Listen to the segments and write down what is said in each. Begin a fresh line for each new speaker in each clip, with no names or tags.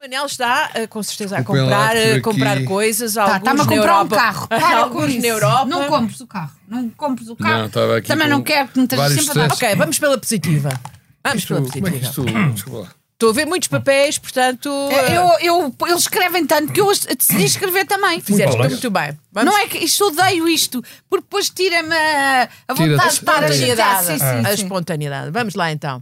Manel está, eh, com certeza, a
O Pelé
comprar,
por
eh,
aqui.
comprar coisas.
Tá,
Alguns
tá-me a
na
comprar
Europa.
um carro. Para com
alguns
isso.
na Europa.
Não compres o carro. Não compres o carro.
Não, estava aqui
Também
com
não quero que me estejas
vários
sempre a dar.
stresses.
Ok, vamos pela positiva. Vamos pela
Como é que
positiva.
isto. Desculpa lá.
Estou a ver muitos papéis, portanto.
É,
eh,
Eu, eu, eles escrevem tanto que eu as- decidi escrever também.
Fizeste
bom,
muito,
Alex.
muito bem. Vamos
Não é que isto odeio isto, porque depois tira-me a, a
Tira-te.
vontade de estar a chatear.
espontaneidade.
Sim,
A
sim, sim.
espontaneidade. Vamos lá então.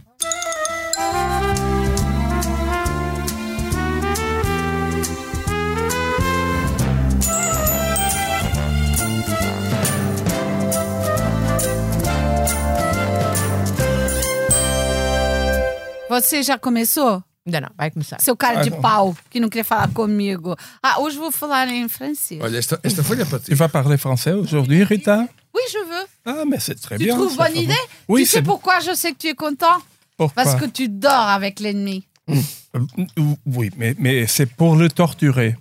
Você já começou?
Ainda não, vai começar.
Seu cara de
Ah, bom.
pau que não queria falar comigo. Ah, hoje vou falar em francês.
Olha, esta, esta folha é para ti.
Tu vas parler français aujourd'hui, Rita
Oui, je veux.
Ah, mais c'est très
Tu
bien.
trouves
ça,
bonne
franchement.
idée
Oui,
Tu sais
c'est
pourquoi je sais que tu es content
pourquoi
Parce que tu dors avec l'ennemi.
Euh, Oui, mais, mais c'est pour le torturer.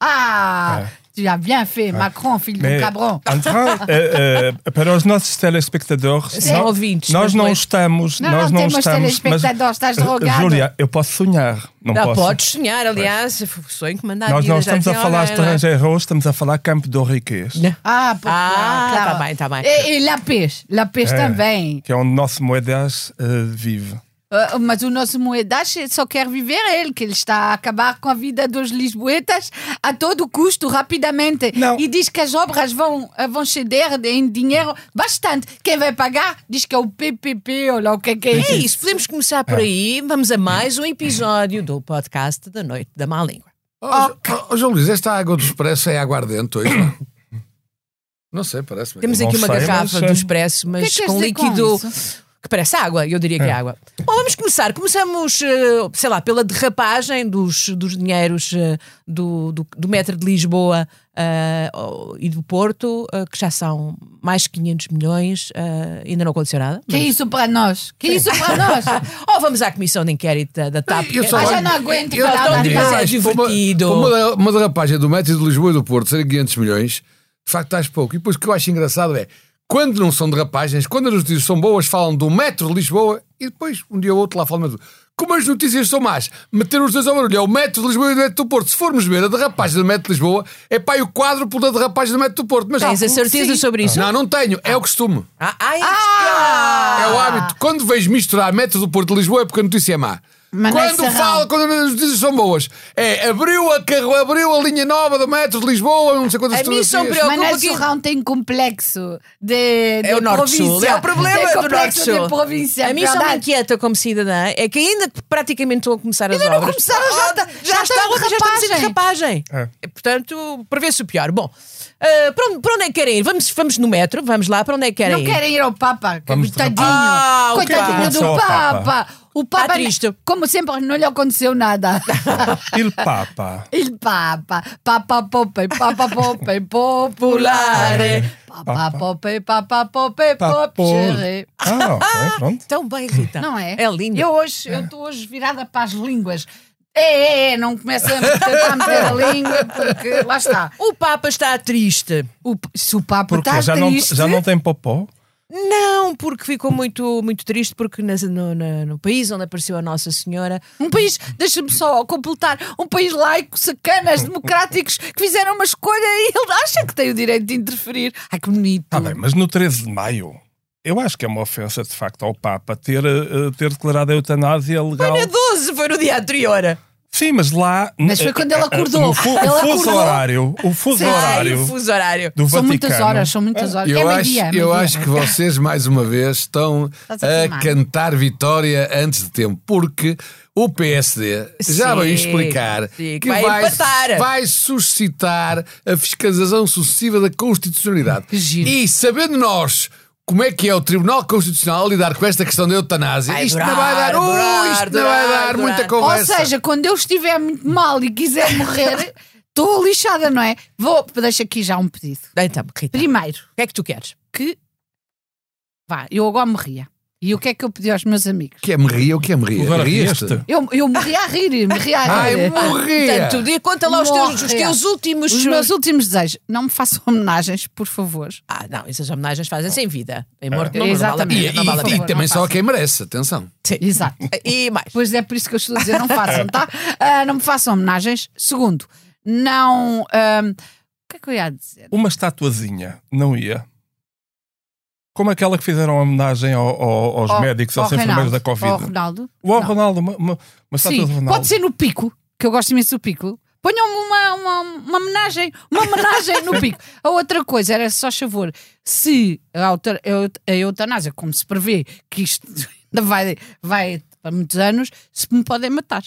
Ah, tu as bien fait, Macron, filho
Mais
do cabrão.
en train, euh, euh, para os nossos telespectadores,
São ouvintes.
nós
mas
não
leis-
estamos.
Não,
nós
não
não,
temos
estamos. Mas, eh,
telespectadores, estás drogado.
Júlia, eu posso sonhar. Não,
Não,
posso.
Ah, podes sonhar, aliás, sonho que mandar
Nós não
não
estamos a falar estrangeiros, estamos a falar campo do riquês,
Não.
Ah, porque,
Ah,
claro.
tá bem, tá bem.
E, e la pêche, la pêche
É.
também.
que é onde nosso moedas eh, vive.
Ah, mas o nosso Moedas só quer viver é ele, que ele está a acabar com a vida dos lisboetas a todo custo, rapidamente.
Não.
E diz que as obras vão, ah, vão ceder em dinheiro bastante. Quem vai pagar diz que é o PPP ou lá o que é que é
É isso, podemos começar por aí. Vamos a mais um episódio do podcast da Noite da Má Língua.
Ó oh, João Luís, esta água do Expresso é aguardente hoje. não? Não sei, parece-me.
Temos
Eu não
aqui uma
sei,
garrafa
mas,
do
eh,
expresso,
O que é
mas
que queres
com
dizer com
líquido
isso?
que parece água, eu diria que é água. Bom, vamos começar. Começamos, eh, sei lá, pela derrapagem dos, dos dinheiros eh, do, do, do metro de Lisboa eh, oh, e do Porto, eh, que já são mais de 500 milhões, eh, ainda não aconteceu nada.
Que é isso para nós? Que é isso para nós?
Ou vamos à comissão de inquérito da, da TAP.
Eu só
Ah, já
olho-
não aguento
eu-
falar
eu-
mais.
eu-
Mas é
eu-
divertido.
Uma, uma, uma derrapagem do metro de Lisboa e do Porto serem 500 milhões, de facto estás pouco. E depois o que eu acho engraçado é, quando não são derrapagens, quando as notícias são boas, falam do metro de Lisboa e depois um dia ou outro lá falam do como as notícias são más, meter os dois ao barulho, é o metro de Lisboa e o metro do Porto. Se formos ver a derrapagem do metro de Lisboa, é pá, e o quádruplo da derrapagem do metro do Porto. Mas
Tens a certeza sobre isso?
Não, não tenho. É o costume.
Ah, ai, ah!
É o hábito. Quando vejo misturar metros do Porto de Lisboa é porque a notícia é má.
Mas não é
quando
serrão.
fala, quando as notícias são boas, é abriu a, carro, abriu a linha nova do metro de Lisboa, não sei quantas
A mim só me
fotografias.
preocupa
Manuel
que-
Sorrão tem complexo de, de
É o Norte-Sul.
província.
É o problema
Tem
é do
complexo
Norte-Sul.
de província,
A mim só me
verdade.
inquieta como cidadã é que ainda praticamente estão a começar as obras.
começaram, já tá- já
já estão
está de
já estamos em derrapagem.
É.
E, Portanto, prevê-se o pior. Bom, ah, para, onde, para onde é que querem ir? Vamos, vamos no metro, vamos lá, para onde é que querem
Não
ir?
querem ir ao Papa,
Vamos
coitadinho.
Ah, o Papa.
coitadinho
Aconteceu ao
do Papa.
Papa.
O Papa,
Tá triste.
como sempre, não lhe aconteceu nada.
Il E Papa.
Il Papa, Papa Pope, Papa Pope, Populare. Papa Pope, Papa Pope, Populare.
Ah, ok, pronto.
Tão bem, Rita.
Não é?
É lindo.
Eu hoje, eu estou hoje virada para as línguas. É, é, é, não começa a tentar meter a língua, porque lá está.
O Papa está triste.
O, se o Papa
Porque
tá
está
já não,
triste...
já não tem popó.
Não, porque ficou muito, muito triste porque nas- no, no- no país onde apareceu a Nossa Senhora
Um país, deixa-me só completar, um país laico, sacanas, democráticos, que fizeram uma escolha e ele acha que tem o direito de interferir. Ai, que bonito.
Ah,
Está Tá bem, mas no 13 de maio, eu acho que é uma ofensa de facto ao Papa ter, eh, ter declarado a eutanásia legal.
A 12 foi no dia anterior.
Sim, mas lá.
Mas foi quando ele acordou.
O fu-
Ele
o fuso
acordou.
horário. O fuso
Ai, o
horário
fuso horário.
do
são
Vaticano.
muitas horas, são muitas horas. é
Eu, acho,
meio-dia, é
eu
meio-dia.
acho que vocês, mais uma vez, estão
Estás a
a
filmar.
cantar vitória antes de tempo, porque o PSD já
Sim,
veio explicar
sim,
que
vai empatar.
vai suscitar a fiscalização sucessiva da constitucionalidade.
Que giro.
E sabendo nós. Como é que é o Tribunal Constitucional a lidar com esta questão da eutanásia?
Vai
isto não
durar,
vai dar, uh,
durar,
isto não
durar,
vai dar
durar.
muita
Ou
conversa.
seja, quando eu estiver muito mal e quiser morrer, estou lixada, não é? Vou, deixo aqui já um pedido.
Ah, Então, Rita, o
Primeiro,
que é que tu queres?
que. Vá, eu agora morria. E o que é que eu pedi aos meus amigos?
O que é me ria? O que é me ria?
Agora
Rieste?
rieste?
Eu, eu morri a rir, morri a
Ai,
rir.
morria!
Portanto, di- conta lá os teus, os
Morre.
teus últimos.
Os meus últimos desejos, não me façam homenagens, por favor.
Ah, não, essas homenagens fazem-se em vida. Em morte
É,
não, não vale a
exatamente.
pena. Não vale a
E
pena.
também
não
só
faço.
quem merece, atenção.
Sim.
Exato.
E mais.
Pois é, por isso que eu estou a dizer, não façam, tá? Ah, não me façam homenagens. Segundo, não. ah, o que é que eu ia dizer?
Uma estatuazinha não ia. Como aquela que fizeram a homenagem ao- ao- aos
Ao-
médicos,
ao
aos enfermeiros
Reinaldo,
da
ao
Covid. é?
Ronaldo.
Ou ao
Não.
Ronaldo, uma, uma, uma estátua do
Sim,
Ronaldo.
pode ser no pico, que eu gosto imenso do pico. Ponham-me uma, uma, uma homenagem, uma homenagem no pico. A outra coisa era só favor, se a, autor- a eut- a eutanásia, como se prevê que isto ainda vai, vai para muitos anos, se me podem matar.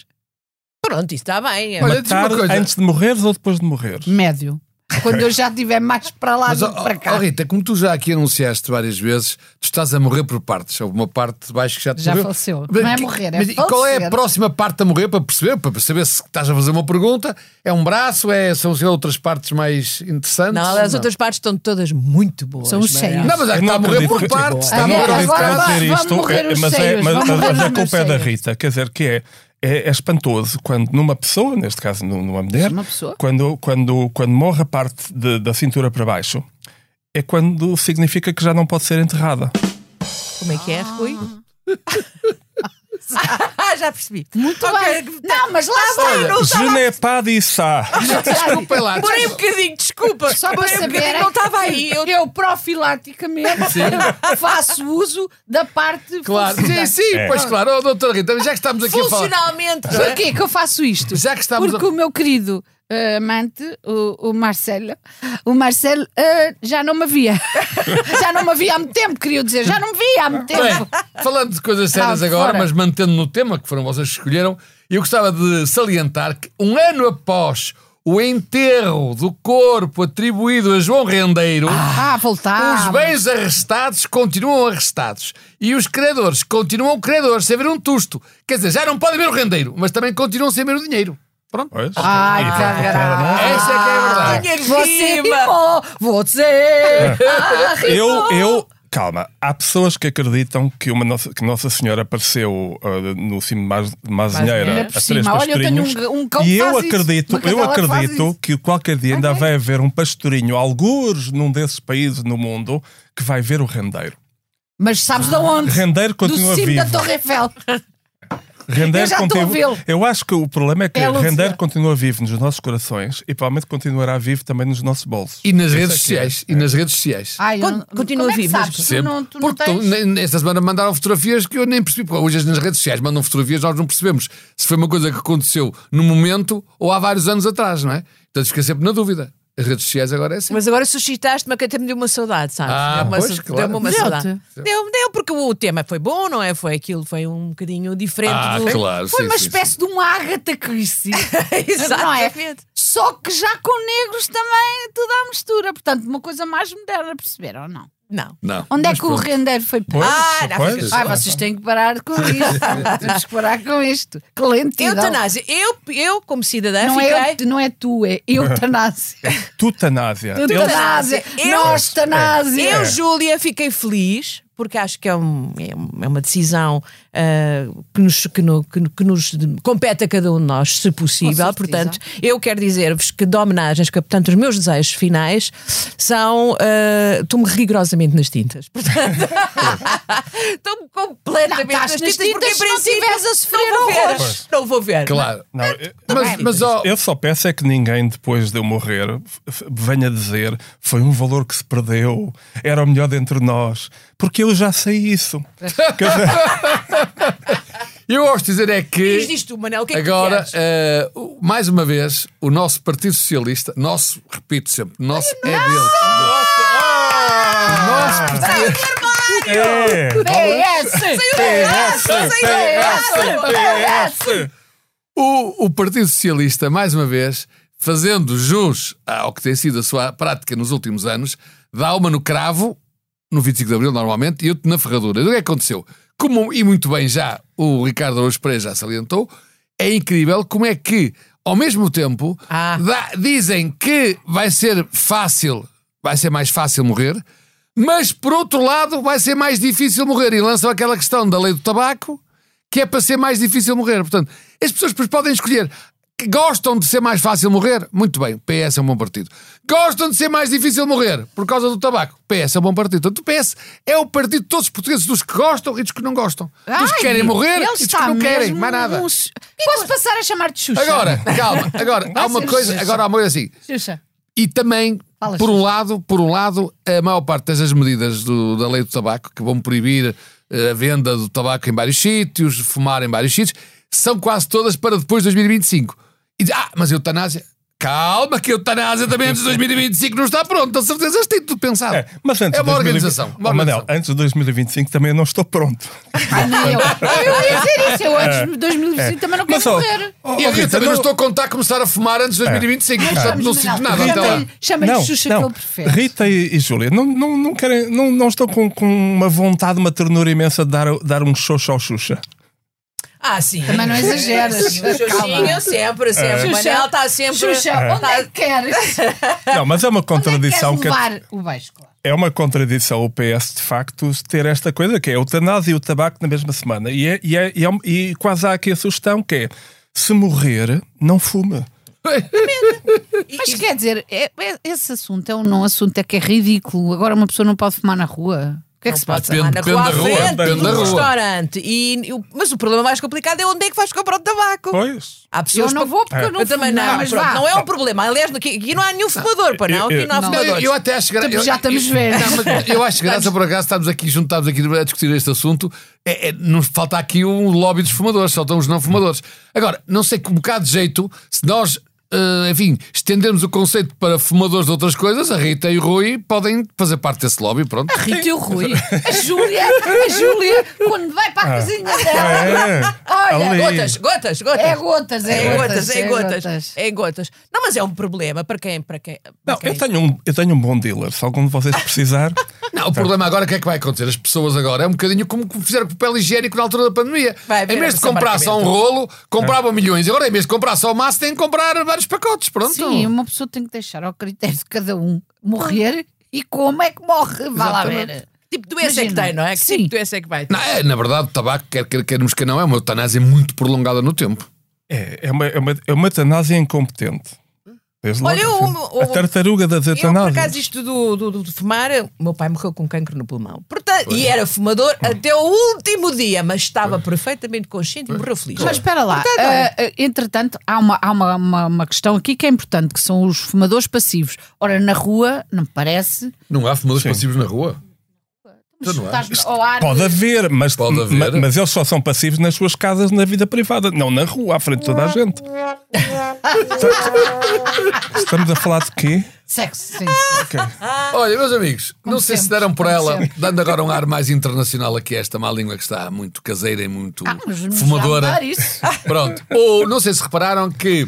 Pronto, isso está bem. É.
Olha, diz-me uma
Matar
coisa.
antes de morreres ou depois de morreres?
Médio. Quando eu já estiver mais para lá
Mas,
do
ó,
que para cá.
ó, Rita, como tu já aqui anunciaste várias vezes, tu estás a morrer por partes. Houve uma parte de baixo que já te
Já
morreu.
faleceu.
Mas
Não é
que-
morrer, é
mas e qual é a
falecer.
próxima parte a morrer para perceber? Para saber se estás a fazer uma pergunta? É um braço? É, são assim, outras partes mais interessantes?
Não, as outras partes estão todas muito boas.
São os
Maria.
seios.
Não, mas é
Eu
que está a morrer
acredito
por
que-
partes. Está a
Eu não
Ah, é, Agora
morrer
acredito
por partes.
vai,
que vai dizer
vamos
isto,
morrer
é-
os
mas, é,
seios,
mas,
vamos
mas
morrer
a
os
culpa é da
seios.
Rita. Quer dizer, que é, é, é espantoso quando numa pessoa, neste caso num- numa mulher,
Uma pessoa?
Quando, quando, quando morre a parte de- da cintura para baixo, é quando significa que já não pode ser enterrada.
Como é que é, Rui? Ah, já percebi. Ah, Muito
Vai.
tá-
Não, mas lá está.
Genepá de Sá.
Desculpa lá.
Demorei um bocadinho, desculpa.
Só para
demorei um
saber,
bocadinho, não estava aí. Eu...
eu profilaticamente faço uso da parte
Claro. Sim,
funcional.
sim, pois claro. Oh, doutora Rita, mas já que estamos aqui a falar...
Funcionalmente, não é?
Porquê que eu faço isto?
Já que estamos
Porque
a-
o meu querido eh, amante, o, o Marcelo, o Marcelo eh, já não me via. já não me via há muito tempo, queria dizer. Já não me via há muito tempo.
Bem, falando de coisas sérias
Lá de
agora,
fora.
mas mantendo no tema que foram vocês que escolheram, eu gostava de salientar que um ano após o enterro do corpo atribuído a João Rendeiro,
Ah, voltar.
os bens arrestados continuam arrestados e os credores continuam credores sem haver um tusto. Quer dizer, já não podem ver o rendeiro, mas também continuam sem ver o dinheiro. Pronto.
Pois.
Ai,
E vai para
caralho.
trás, não é?
Essa é que é a verdade.
Dinheiro
Ah, Você
viva.
rimou, você. Ah,
eu, eu, calma, há pessoas que acreditam que, uma nossa, que Nossa Senhora apareceu ah, no cimo de Mas- de
Mazinheira,
Mazinheira
por
a três
cima. Olha, eu tenho
pastorinhos.
um- um cão que
e eu
faz isso,
acredito,
uma
eu
cadela que faz
acredito
isso.
que qualquer dia ainda
Ok.
vai haver um pastorinho, algures num desses países no mundo, que vai ver o rendeiro.
Mas sabes de onde?
Rendeiro continua
Do cimo
vivo.
da Torre Eiffel.
Rendeiro
Eu já estou a
continua...
vê-lo.
Eu acho que o problema é que
É a Lúcia.
Rendeiro continua vivo nos nossos corações e provavelmente continuará vivo também nos nossos bolsos.
E nas redes
Isso é que é.
sociais. E nas redes sociais.
Ai, eu
Con-
não-
continua
como é que
vivo, mas
sabes? Tu
Sempre.
não, tu não
Porque tu-
tens?
ne- nesta semana mandaram fotografias que eu nem percebi. Porque hoje nas redes sociais mandam fotografias, nós não percebemos se foi uma coisa que aconteceu no momento ou há vários anos atrás, não é? Portanto, fica sempre na dúvida. As redes sociais agora é assim.
Mas agora suscitaste-me que até me deu uma saudade, sabes?
Ah,
deu uma,
pois,
sa-
claro.
deu-me uma
Deu-te?
saudade. Deu, deu, porque o tema foi bom, não é? Foi aquilo, foi um bocadinho diferente
Ah,
do.
claro.
Foi
sim,
uma
sim, sim.
espécie de um uma Agatha Christie. Não é?
Exatamente.
Só que já com negros também tudo à mistura. Portanto, uma coisa mais moderna, perceberam ou não?
Não.
Não.
Onde é
Mas
que o
pronto.
rendeiro foi
Pois,
pego?
Ah, não,
pois.
fica-
Ai, vocês têm que parar com isto. Temos que parar com isto. Que lentidão.
Eutanásia. Eu, eu, como cidadã,
Não
fiquei.
é, eut- não é tu, é eutanásia.
Tutanásia. Eles-
Eutanásia.
Eu-
Nós, tanásia.
É.
Eu, Júlia, fiquei feliz porque acho que é, um- é um- é uma decisão ah, que, nos, que, no- que no- que nos compete a cada um de nós, se possível.
certeza.
Portanto, eu quero dizer-vos que de homenagens, que, portanto, os meus desejos finais são. ah, Estou-me rigorosamente nas tintas. Portanto, estou-me
Não,
completamente
estás
nas
nas
tintas, porque em
tintas se não
princípio
estiveres a sofrer
não vou ver.
horrores.
Não tá vou ver.
Claro.
Não, eu-
Mas, mas ó,
Eu só peço é que ninguém, depois de eu morrer, f- venha dizer foi um valor que se perdeu, era o melhor dentre nós, porque eu já sei isso.
eu gosto de dizer é que.
Diz isto, Manel, o que é que tu
Agora,
queres?
eh, o- mais uma vez, o nosso Partido Socialista, nosso, repito sempre, nosso é dele. Nosso Partido
Ah! É.
É,
PS! PS!
O, o Partido Socialista, mais uma vez, fazendo jus ao que tem sido a sua prática nos últimos anos, dá uma no cravo, no 25 de Abril normalmente, e outra na ferradura. E O que é que aconteceu? Como, e muito bem já, o Ricardo Araújo Pereira já salientou, é incrível como é que, ao mesmo tempo,
Ah.
dá- dizem que vai ser fácil, vai ser mais fácil morrer, Mas, por outro lado, vai ser mais difícil morrer. E lançam aquela questão da lei do tabaco, que é para ser mais difícil morrer. Portanto, as pessoas depois podem escolher. Gostam de ser mais fácil morrer? Muito bem, o PS é um bom partido. Gostam de ser mais difícil morrer por causa do tabaco? O PS é um bom partido. Portanto, o PS é o partido de todos os portugueses, dos que gostam e dos que não gostam. dos que
Ai,
querem morrer
ele
e dos que
está
não querem,
mesmo
mais nada.
um su- Posso passar a chamar de Xuxa?
Agora, calma, agora, há uma
ser
coisa,
justo.
agora há uma coisa assim.
Xuxa.
E também,
Fala,
por um lado, por um lado, a maior parte dessas medidas do- da lei do tabaco, que vão proibir eh, a venda do tabaco em vários sítios, fumar em vários sítios, são quase todas para depois de 2025. E diz, ah, mas a eutanásia... Calma, que a eutanásia também antes de 2025 não está pronta. Com certeza, eles têm tudo pensado.
É, mas antes
é uma
de 2020
organização. uma
Oh, Manel,
organização.
antes de 2025 também eu não estou pronto.
Ah, não, eu. Ah, eu ia dizer isso. Eu antes de 2025 também não
É. Mas,
quero
ó,
morrer.
ó, ó,
E eu
Rita, É.
também não estou a contar começar a fumar antes de 2025. Portanto, não sinto nada.
Rita,
Então, lá.
Chama-lhe Xuxa que eu prefiro.
Rita e, e Júlia, não, não, não, querem, não, não estão com, com uma vontade, uma ternura imensa de dar, dar um xoxo ao Xuxa.
Ah, sim.
Também não exageras. Calma.
Xuxinha sempre, sempre.
É.
Xuxa.
Manel está sempre.
Xuxa, onde é que queres?
Não, mas é uma
Onde é que queres
contradição que
levar o beijo? claro?
é uma contradição o PS de facto ter esta coisa que é a eutanásia e o tabaco na mesma semana. E, é- e, é- e, é um- e quase há aqui a sugestão que é se morrer, não fume.
Mas quer dizer, é- é- esse assunto é um não assunto, é que é ridículo. Agora uma pessoa não pode fumar na rua. O que é que
Não
se passa?
pode fumar na
Depende-
rua à
depende da rua,
frente
depende da
do
rua.
restaurante. E, e o- mas o problema mais complicado é onde é que vais comprar o tabaco.
Pois.
Há
Eu
pessoas
não
pa-
vou porque eu
Eu
não fumo,
também não,
mas
pronto,
vá.
não é um problema. Aliás, aqui, aqui não há nenhum fumador, para não. Aqui não há
Não.
Não, eu,
fumadores.
eu até acho graça.
Estamos- já estamos velhos.
Não, mas eu acho graça, por acaso, estamos aqui juntados aqui a discutir este assunto. É, é, não falta aqui um lobby dos fumadores, só estão os não fumadores. Agora, não sei com um bocado de jeito, se nós, eh, enfim, estendermos o conceito para fumadores de outras coisas, a Rita e o Rui podem fazer parte desse lobby, pronto.
Rita e o Rui. A Júlia, a Júlia, quando vai para a cozinha dela.
É.
Olha,
Ali.
Gotas, gotas, gotas.
É gotas, é,
É gotas, é gotas, é gotas. Não, mas é um problema para quem, para quem. para
Não,
quem-
eu tenho, um, eu tenho um bom dealer. Se algum de vocês precisar,
Não, o problema agora, o que é que vai acontecer? As pessoas agora, é um bocadinho como fizeram com o papel higiênico na altura da pandemia.
Vai haver
em vez de
esse
comprar só um rolo, compravam milhões. Agora, em vez de comprar só o maço, têm que comprar vários pacotes, pronto.
Sim, uma pessoa tem que deixar ao critério de cada um morrer e como é que morre. Vá lá ver.
Tipo doença é que
Imagina.
tem, não é? Que
Sim.
tipo doença é que vai. ter?
Não, é, na verdade, o tabaco, quer quer queremos que não, é uma eutanásia muito prolongada no tempo.
é, é, uma, é, uma, é uma eutanásia incompetente. Desde
Olha,
logo,
o-
assim.
o-
a tartaruga das
Eu, por acaso,
eutanásias.
isto do, do, do- de fumar, o meu pai morreu com cancro no pulmão. Portanto, e era fumador até o último dia, mas estava perfeitamente consciente e morreu feliz.
Mas espera lá,
Portanto, olha-
ah, ah, entretanto, há, uma, há uma, uma, uma questão aqui que é importante, que são os fumadores passivos. Ora, na rua, não me parece,
Não há fumadores passivos na rua? Então não há.
estás ao ar.
Pode haver, mas,
Pode haver.
ma- mas eles só são passivos nas suas casas, na vida privada, não na rua, à frente de toda a gente. Estamos a falar de quê?
Sexo, sim.
Ah. Olha, meus amigos, não sei se
sempre,
deram por
como
ela,
sempre.
dando agora um ar mais internacional aqui a esta má língua que está muito caseira e muito
Ah, mas vamos já
fumadora.
mudar isso.
Pronto. Ou não sei se repararam que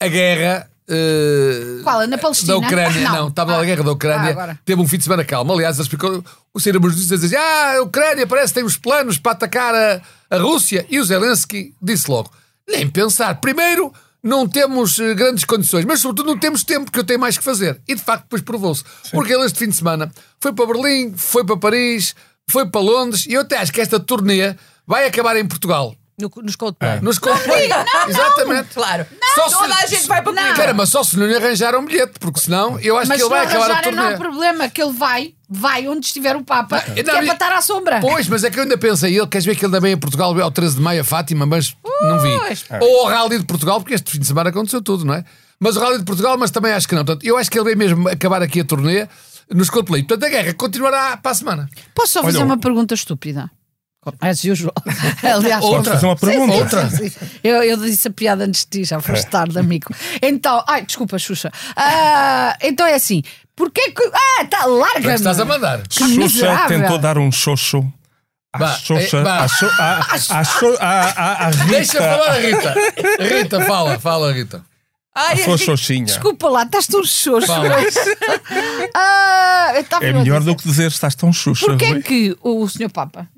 a guerra. eh,
Qual? Na Palestina?
Da Ucrânia,
Não.
não, estava lá a guerra da
Ah,
Ucrânia,
agora.
teve um fim de semana calmo. Aliás, eles ficou, os sermos dizem assim: ah, a Ucrânia parece que tem os planos para atacar a, a Rússia. E o Zelensky disse logo: nem pensar. Primeiro, não temos eh, grandes condições, mas sobretudo não temos tempo, porque eu tenho mais que fazer. E de facto, depois provou-se. Porque ele, este fim de semana, foi para Berlim, foi para Paris, foi para Londres, e eu até acho que esta turnê vai acabar em Portugal.
No, nos Coldplay.
É.
Nos Coldplay. Exatamente.
Claro.
Só se-
Toda a gente vai para Coimbra.
Espera, mas só se não lhe arranjar um bilhete, porque senão eu acho
Mas
que ele
se não
vai acabar a
arranjarem, não há
turnê.
problema, que ele vai, vai onde estiver o Papa, que é
não,
para
e-
estar à sombra.
Pois, mas é que eu ainda pensei, ele queres ver que ele também em Portugal ao 13 de maio a Fátima, mas não vi.
Pois.
Ou ao Rally de Portugal, porque este fim de semana aconteceu tudo, não é? Mas o Rally de Portugal, mas também acho que não. Portanto, eu acho que ele vem mesmo acabar aqui a turnê nos Coldplay. Portanto, a guerra continuará para a semana.
Posso só fazer
Olha,
uma
o- Ah,
pergunta estúpida? As usual. Aliás,
Posso fazer uma pergunta? É. Outra?
sim, sim. Eu, eu disse a piada antes de ti, já foste tarde, amigo. Então, ai, desculpa, Xuxa. Ah, então é assim, porquê que. Ah, tá,
Para que
larga-me!
estás a mandar?
Que
Xuxa
miserável.
tentou dar um xoxo à
Bah,
Xuxa, ah,
eh, bah.
à Xu- à- à Xu- à- à- à
Deixa
ah, Rita,
falar a Rita. Rita, fala, fala, Rita.
Ai,
à sua
Henrique,
xoxinha.
Desculpa lá, estás tão xoxo.
Fala.
Ah, eu estava
É
a
melhor
dizer.
do que dizer estás tão Xuxa.
Porquê
Rui.
que o Sr. Papa,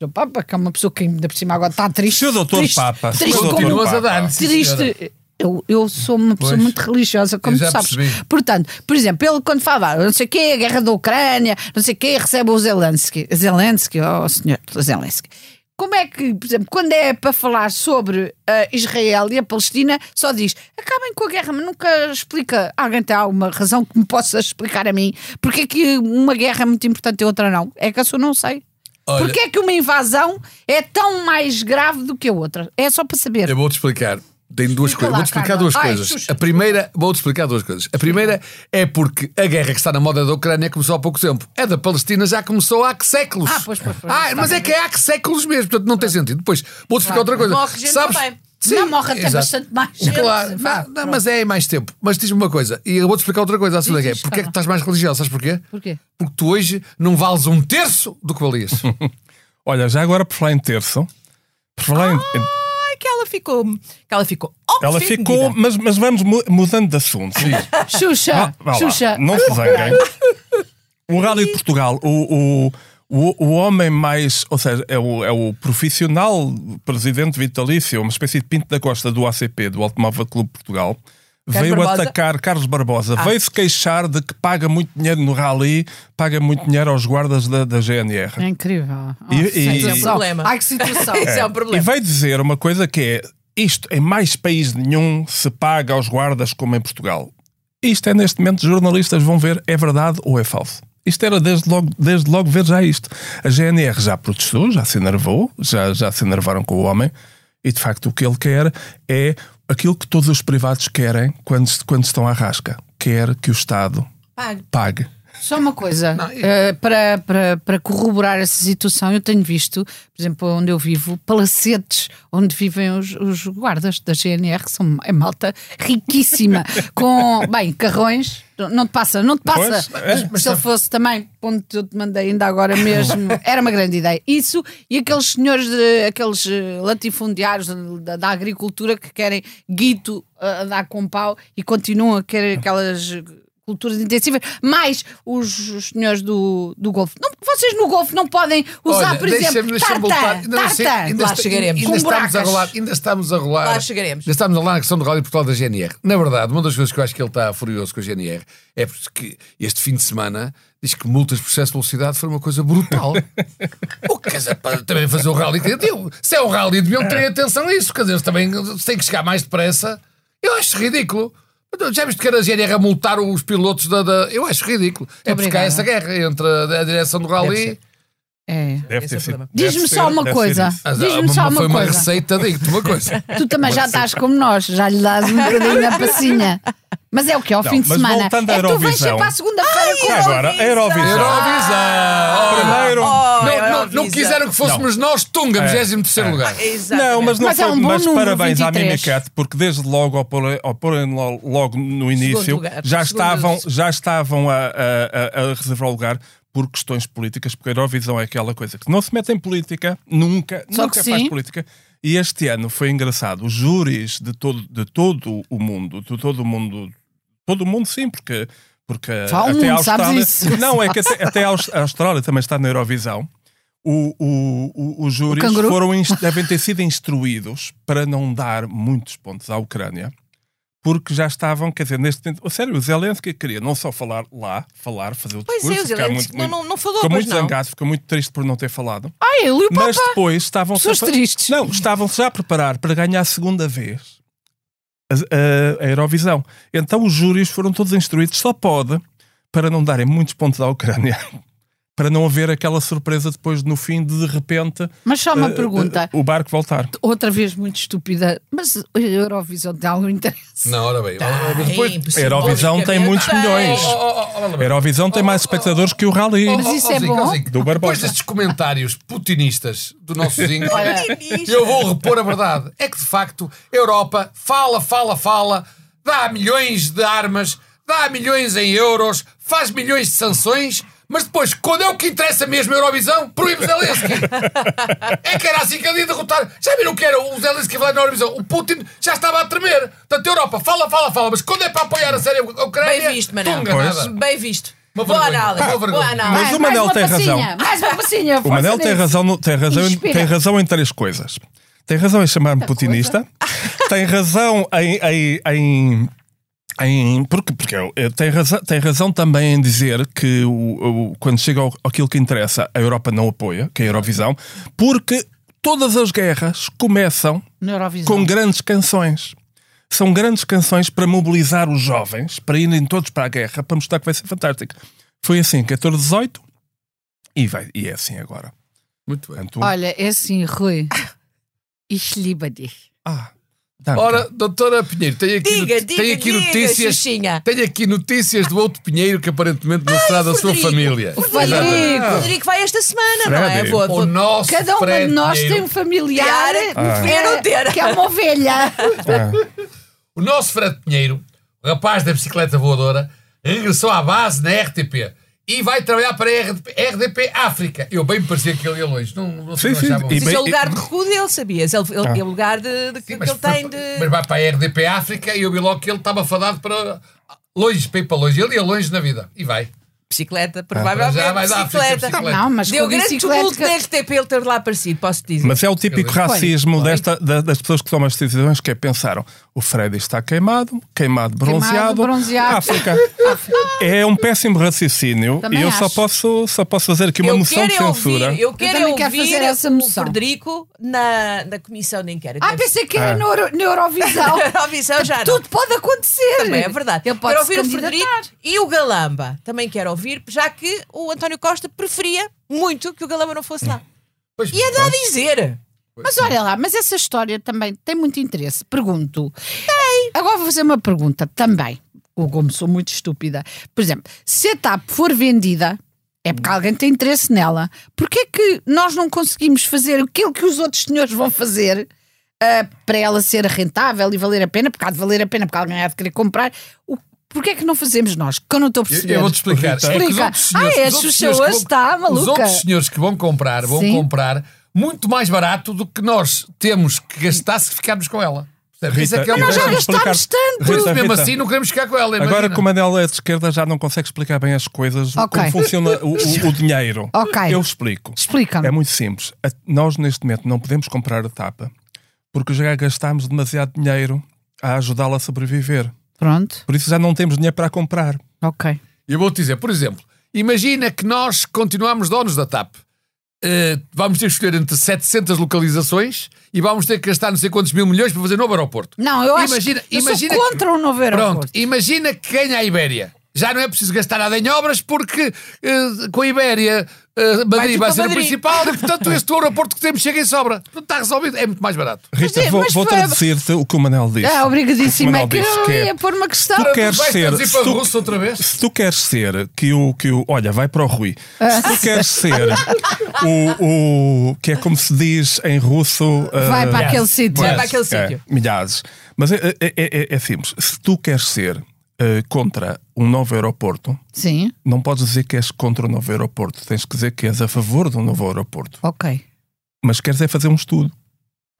o Sr. Papa, que é uma pessoa que ainda por cima agora está triste.
Seu doutor
triste,
Papa, seu
Triste,
doutor
como,
Continuas
Papa.
a dar-lhe, sim, senhora.
triste Eu, eu sou uma pessoa
Pois.
muito religiosa, como
Eu já
tu sabes.
percebi.
Portanto, por exemplo, ele quando falava, não sei o quê, a guerra da Ucrânia, não sei o quê, recebe o Zelensky. Zelensky, oh senhor, Zelensky. Como é que, por exemplo, quando é para falar sobre a Israel e a Palestina, só diz acabem com a guerra, mas nunca explica. Alguém tem alguma razão que me possa explicar a mim? Porque é que uma guerra é muito importante e outra não? É que a sua não sei.
Olha-
Porque é que uma invasão é tão mais grave do que a outra? É só para saber.
Eu vou-te explicar. Tem duas coisas.
Explica lá,
Vou-te explicar
Carla.
duas
Ai,
coisas.
xuxa.
A primeira, vou-te explicar duas coisas. A primeira é porque a guerra que está na moda da Ucrânia começou há pouco tempo. A da Palestina já começou há que séculos.
Ah, pois, pois, pois.
Ah, mas é que é há que séculos mesmo, portanto não tem sentido. Depois, vou-te explicar outra coisa.
Morre gente também.
Não, morre até bastante mais gente.
Claro,
Vá,
não, não, mas é mais tempo. Mas diz-me uma coisa, e eu vou-te explicar outra coisa. A segunda
Diz,
é
diz,
porque é que
Carla.
estás mais religioso? Sabes porquê?
Porquê?
Porque tu hoje não vales um terço do que valias.
Olha, já agora por falar em terço, por falar em- em,
Ah,
Ai, que ela ficou. Que ela ficou.
ela ficou, mas, mas vamos mu- mudando de assunto.
Xuxa,
Ah, Vá lá,
Xuxa.
não se zanguem. O Rally de Portugal, o, o, o, o homem mais, ou seja, é o, é o profissional presidente vitalício, uma espécie de pinto da costa do ACP, do Automóvel Clube de Portugal, veio
Barbosa.
atacar Carlos Barbosa, veio-se queixar de que paga muito dinheiro no Rally, paga muito dinheiro aos guardas da, da GNR.
É incrível. Oh,
E-
sem
e-
razão.
É um problema.
Ai, que situação.
Isso é um
E
problema.
vai dizer uma coisa que é: isto em mais país nenhum se paga aos guardas como em Portugal. Isto é neste momento, jornalistas vão ver é verdade ou é falso. Isto era desde logo, desde logo ver já isto. A GNR já protestou, já se enervou, já, já se enervaram com o homem, e de facto o que ele quer é aquilo que todos os privados querem quando, quando estão à rasca: quer que o Estado
Pague.
pague.
Só uma coisa, eh, para, para, para corroborar essa situação, eu tenho visto, por exemplo, onde eu vivo, palacetes onde vivem os, os guardas da GNR, que são é malta riquíssima, com, bem, carrões, não não te passa, não te passa.
Pois, é,
mas
então.
se ele fosse também, ponto eu te mandei ainda agora mesmo, era uma grande ideia. Isso e aqueles senhores, de- aqueles eh, latifundiários da, da agricultura que querem guito eh, a a dar com pau e continuam a querer aquelas culturas intensivas, mais os, os senhores do, do Golfo. Não, vocês no Golfo não podem usar, por exemplo, tartan,
Ainda não sei- ainda
Lá
está-
chegaremos.
Ainda
Com
estamos a
buracas.
rolar. Ainda estamos a rolar.
Lá chegaremos.
Ainda estamos a rolar na questão do Rally Portugal da GNR. Na verdade, uma das coisas que eu acho que ele está furioso com a GNR é porque este fim de semana diz que multas por excesso de velocidade foi uma coisa brutal. o que quer dizer, para também fazer o rally que deu. Se é um rally, deviam ter atenção a isso. Quer dizer, eles também têm que chegar mais depressa. Eu acho ridículo. Então, Já viste que era a GNR a multar os pilotos da. da- Eu acho ridículo. é porque há
obrigada.
essa guerra entre a, a direção do
Deve
rally.
ser.
É.
Deve
Esse é o problema.
deve
Diz-me
ser-
só uma
deve ser
coisa.
isso.
Mas,
Diz-me
ah,
só uma
foi uma
coisa.
receita, digo-te uma coisa.
Tu também já estás como nós, já lhe dás um bocadinho na passinha. Mas é o que? Ao
Não,
fim de
mas
semana. É
voltando à
que tu vens
Eurovisão.
sempre à segunda-feira
E
com
agora, é- a Eurovisão.
Eurovisão!
Primeiro.
Oh,
Não,
é
não,
óbvio,
não quiseram que fôssemos nós, Tunga, 23 lugar.
Exatamente.
Não, mas não
Mas é
foi.
um bom
mas
número,
parabéns à
23.
Mimicat, porque desde logo, ao porem ao porem lo- logo no
Segundo
início,
lugar.
já
Segundo-
estavam, já estavam a, a- a- a reservar o lugar por questões políticas, porque a Eurovisão é aquela coisa que não se mete em política, nunca,
Só
nunca
que
faz
sim.
política. E este ano foi engraçado. Os júris de todo, de todo o mundo, de todo o mundo, todo o mundo sim, porque, porque
Só o
até a
mundo, sabes
Austrália.
isso.
Não, é que até, até a Aus- a Austrália também está na Eurovisão. O, o, o, os júris
canguru?
foram inst- devem ter sido instruídos para não dar muitos pontos à Ucrânia, porque já estavam, quer dizer, neste momento, sério, o Zelensky queria não só falar lá, falar, fazer o
Pois
discurso,
é, o
ficar
Zelensky
muito,
não,
muito,
não, não falou,
ficou
mas
muito
não.
zangado, ficou muito triste por não ter falado.
Ai, ele e o
Mas
papá.
depois estavam-se
Pessoas
a, pre-
tristes.
não, estavam-se já a preparar para ganhar a segunda vez a, a- a Eurovisão. Então os júris foram todos instruídos, só pode, para não darem muitos pontos à Ucrânia. Para não haver aquela surpresa depois, no fim, de de repente.
Mas só uma
eh,
pergunta.
eh, o barco voltar.
Outra vez muito estúpida. Mas a Eurovisão tem algum interesse?
Não, ora bem. ora bem,
Depois,
Depois,
A Eurovisão tem muitos
É
milhões.
Oh, oh, oh, ora
A
bem.
Eurovisão tem mais espectadores que o Rally.
Mas isso é
Zico,
bom?
Zico,
Do
Depois
Barbosa.
destes comentários putinistas do nosso Zinho,
Putinista.
eu vou repor a verdade. É que, de facto, a Europa fala, fala, fala, dá milhões de armas, dá milhões em euros, faz milhões de sanções, mas depois, quando é o que interessa mesmo a Eurovisão, proíbe Zelensky. É que era assim que ele ia derrotar. Já viram o que era o Zelensky lá na Eurovisão? O Putin já estava a tremer. Portanto, a Europa fala, fala, fala, mas quando é para apoiar a série a Ucrânia,
Bem visto, Manel.
tunga
Pois.
nada.
Bem visto.
Uma
Boa
vergonha.
análise.
Uma
Boa
vergonha.
análise.
Mas
Ai,
o
mais
Manel
uma
tem
passinha,
razão.
Mais uma passinha.
O Manel tem razão, no- tem razão,
Inspira.
tem razão em três coisas. Tem razão em chamar-me putinista. Tem razão em. em- em- em- porque porque eu- eu- tem, razão, tem razão também em dizer que o- o- quando chega ao, aquilo que interessa, a Europa não apoia, que é a Eurovisão, porque todas as guerras começam
Na Eurovisão.
com grandes canções. São grandes canções para mobilizar os jovens, para irem todos para a guerra, para mostrar que vai ser fantástico. Foi assim, 14, 18, e, vai, e é assim agora.
Muito bem.
Portanto,
Olha, é assim, Rui. Ich liebe dich.
ah, Duncan.
Ora, doutora Pinheiro, tem aqui,
Diga,
no-
diga,
tem aqui
diga,
notícias.
Xuxinha.
Tem aqui notícias do outro Pinheiro que aparentemente não será da sua
Frederico.
família.
O Frederico.
O Frederico vai esta semana, não é?
Frederico.
Vou,
O
vou...
nosso
Cada uma
Fred
de nós
Pinheiro,
tem um familiar
Tiara,
que
ver ou é. ter.
que é uma ovelha.
O nosso Fred Pinheiro, o rapaz da bicicleta voadora, regressou à base na RTP e vai trabalhar para a RDP, RDP África. Eu bem me parecia que ele ia longe. Não, não sei
Sim,
se
sim,
não achava.
e
Mas isso é
bem-
o lugar de recuo dele, sabias? Ele, ele,
Ah.
É o lugar de, de- que
Sim, mas,
ele tem
mas
de.
vai para a RDP África e eu vi logo que ele estava fadado para longe, para ir para longe. Ele ia longe na vida. E vai.
Bicicleta,
Ah, Já vai
provavelmente.
dar
Bicicleta.
bicicleta.
Não, mas
Deu
com
grande
bicicleta.
tumulto da RTP ele ter lá aparecido, posso dizer.
Mas é o típico racismo desta, da- das pessoas que tomam as decisões que é pensaram: o Freddy está queimado, queimado bronzeado,
bronzeado.
África. é um péssimo raciocínio
Também
e eu só
acho.
posso, só posso fazer aqui uma
eu
moção
quero
de
é
censura.
ouvir, eu quero é
também quero
ouvir
fazer essa
o
moção.
Frederico na, na comissão de inquérito.
Ah, pensei que era na Euro- na Eurovisão.
Eurovisão Então, já não.
Tudo pode acontecer.
Também é verdade.
Ele pode
quero
se
ouvir o
candidatar.
Frederico e o Galamba. Também quero ouvir, já que o António Costa preferia muito que o Galamba não fosse lá.
Pois,
E é dado a dizer.
Mas olha lá, mas essa história também tem muito interesse. Pergunto. Tem. Agora vou fazer uma pergunta também. Eu, Como sou muito estúpida. Por exemplo, se a TAP for vendida, é porque alguém tem interesse nela. Porquê é que nós não conseguimos fazer aquilo que os outros senhores vão fazer ah, para ela ser rentável e valer a pena? Porque há de valer a pena, porque alguém há de querer comprar. O, porquê é que não fazemos nós? Que eu não estou a
Eu,
perceber.
eu vou-te explicar. É que os
Explica.
outros senhores-
Ah, é,
os outros senhores
Xuxa
que
hoje
vão-
está
Os
maluca.
outros senhores que vão comprar, vão
Sim.
comprar muito mais barato do que nós temos que gastar se ficarmos com ela. Percebe? Isso é que é
Rita,
uma
nós já
deixa-me
coisa.
gastámos
explicar-
tanto.
Rita,
Mesmo
Rita,
assim, não queremos ficar com ela.
Agora,
imagina.
como a Manela é de esquerda, já não consegue explicar bem as coisas,
Ok.
como funciona o, o- o dinheiro.
Ok.
Eu explico.
Explica-me.
É muito simples. A- Nós, neste momento, não podemos comprar a tapa porque já gastámos demasiado dinheiro a ajudá-la a sobreviver.
Pronto,
Por isso já não temos dinheiro para a comprar.
ok.
Eu vou-te dizer, por exemplo, imagina que nós continuamos donos da TAP. Eh, vamos ter que escolher entre 700 localizações e vamos ter que gastar não sei quantos mil milhões para fazer novo aeroporto.
Não, eu acho
Imagina-
que eu
imagina
sou
que-
contra o novo aeroporto.
Pronto, imagina que ganha a Ibéria. Já não é preciso gastar nada em obras porque eh, com a Ibéria eh, Madrid
tudo
vai
para
ser o
Madrid.
principal e, portanto, este aeroporto que temos chega em sobra. Portanto, está resolvido. É muito mais barato.
Rita,
é,
vou,
mas
vou
foi-
traduzir-te o que o Manel disse.
Ah, obrigadíssimo.
Mas
É
não
que eu
disse que é-
ia pôr uma questão.
Tu queres
Vais
ser.
traduzir
se
para
tu-
russo outra
é
vez?
Se tu queres ser que o. Que o olha, vai para o Rui.
Ah.
Se tu queres ser o, o. que é como se diz em russo.
Vai
ah,
para aquele sítio.
Vai para aquele
é,
sítio.
milhares. Mas é, é- é- é simples. Se tu queres ser ah, contra um novo aeroporto,
Sim,
não podes dizer que és contra um novo aeroporto. Tens que dizer que és a favor de um novo aeroporto.
ok.
Mas queres é fazer um estudo.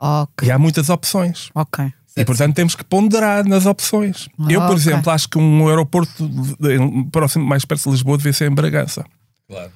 Ok,
E há muitas opções.
ok. Tá
E portanto temos que ponderar nas opções.
Ah,
Eu, por
ok.
exemplo, acho que um aeroporto de- de- próximo, mais perto de Lisboa devia ser em Bragança.
Claro.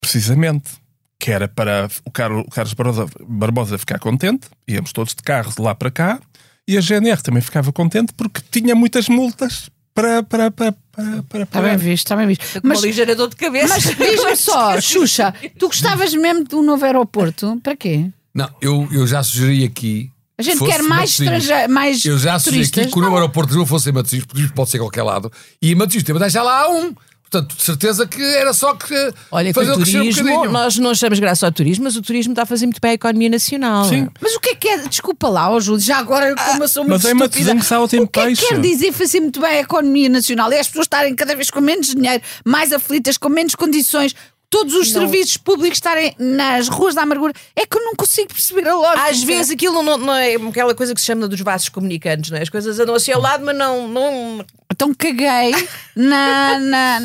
Precisamente. Que era para o Carlos, o Carlos Barbosa, Barbosa ficar contente, íamos todos de carro de lá para cá, e a GNR também ficava contente porque tinha muitas multas para. para, para, para, para,
Está Tá bem visto, está bem visto. Mas,
Mas, ligeira dor de cabeça.
mas diz-me só, Xuxa, tu gostavas mesmo de um novo aeroporto? Para quê?
Não, eu, eu já sugeri aqui.
A gente
fosse
quer mais
Matosinhos.
estrangeiros, mais
Eu já sugeri
turistas.
aqui que o novo aeroporto de Lisboa fosse em Matosinhos, porque isto pode ser em qualquer lado. E em Matosinhos tem já lá há um. Portanto, de certeza que era só que
Olha, com
fazer
o
crescer um
turismo,
bocadinho.
nós não achamos graça ao turismo, mas o turismo está a fazer muito bem a economia nacional.
Sim.
Mas o que é que é? Desculpa lá, ó Júlio, já agora como eu sou muito
Mas é
estúpida.
Matosinhos que há o tempo
O que é que
peixe.
quer dizer fazer muito bem a economia nacional? É as pessoas estarem cada vez com menos dinheiro, mais aflitas, com menos condições, todos os serviços públicos estarem nas ruas da amargura. É que eu não consigo perceber a lógica.
Às vezes aquilo não, não é aquela coisa que se chama dos vasos comunicantes, não é? As coisas andam assim ao lado, mas não. não
Então caguei na, na-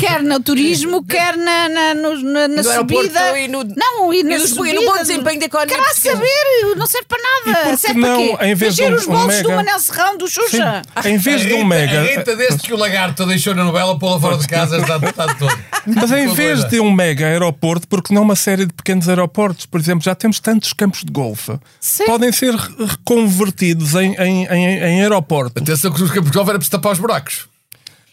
quer no turismo, quer na, na, nos- na, na
No aeroporto
subida.
e no-
não, e na
e nos- e no
subida,
bom desempenho da economia
Quero lá
portuguesa.
saber, não serve para
E por
nada.
que
Serve
não,
para quê?
em vez de
Encher
um-
os bolsos
um mega-
do Manel Serrão, do Xuxa.
Sim. Em vez de um
A
mega.
Rita destes que o lagarto deixou na novela pô-la fora de casa está, está todo.
Mas em
Toda.
vez de um mega aeroporto, porque não uma série de pequenos aeroportos? Por exemplo, já temos tantos campos de golfe.
Sim.
Podem ser re- reconvertidos em, em, em, em aeroporto.
Atenção que os campos de golfe era preciso tapar os buracos.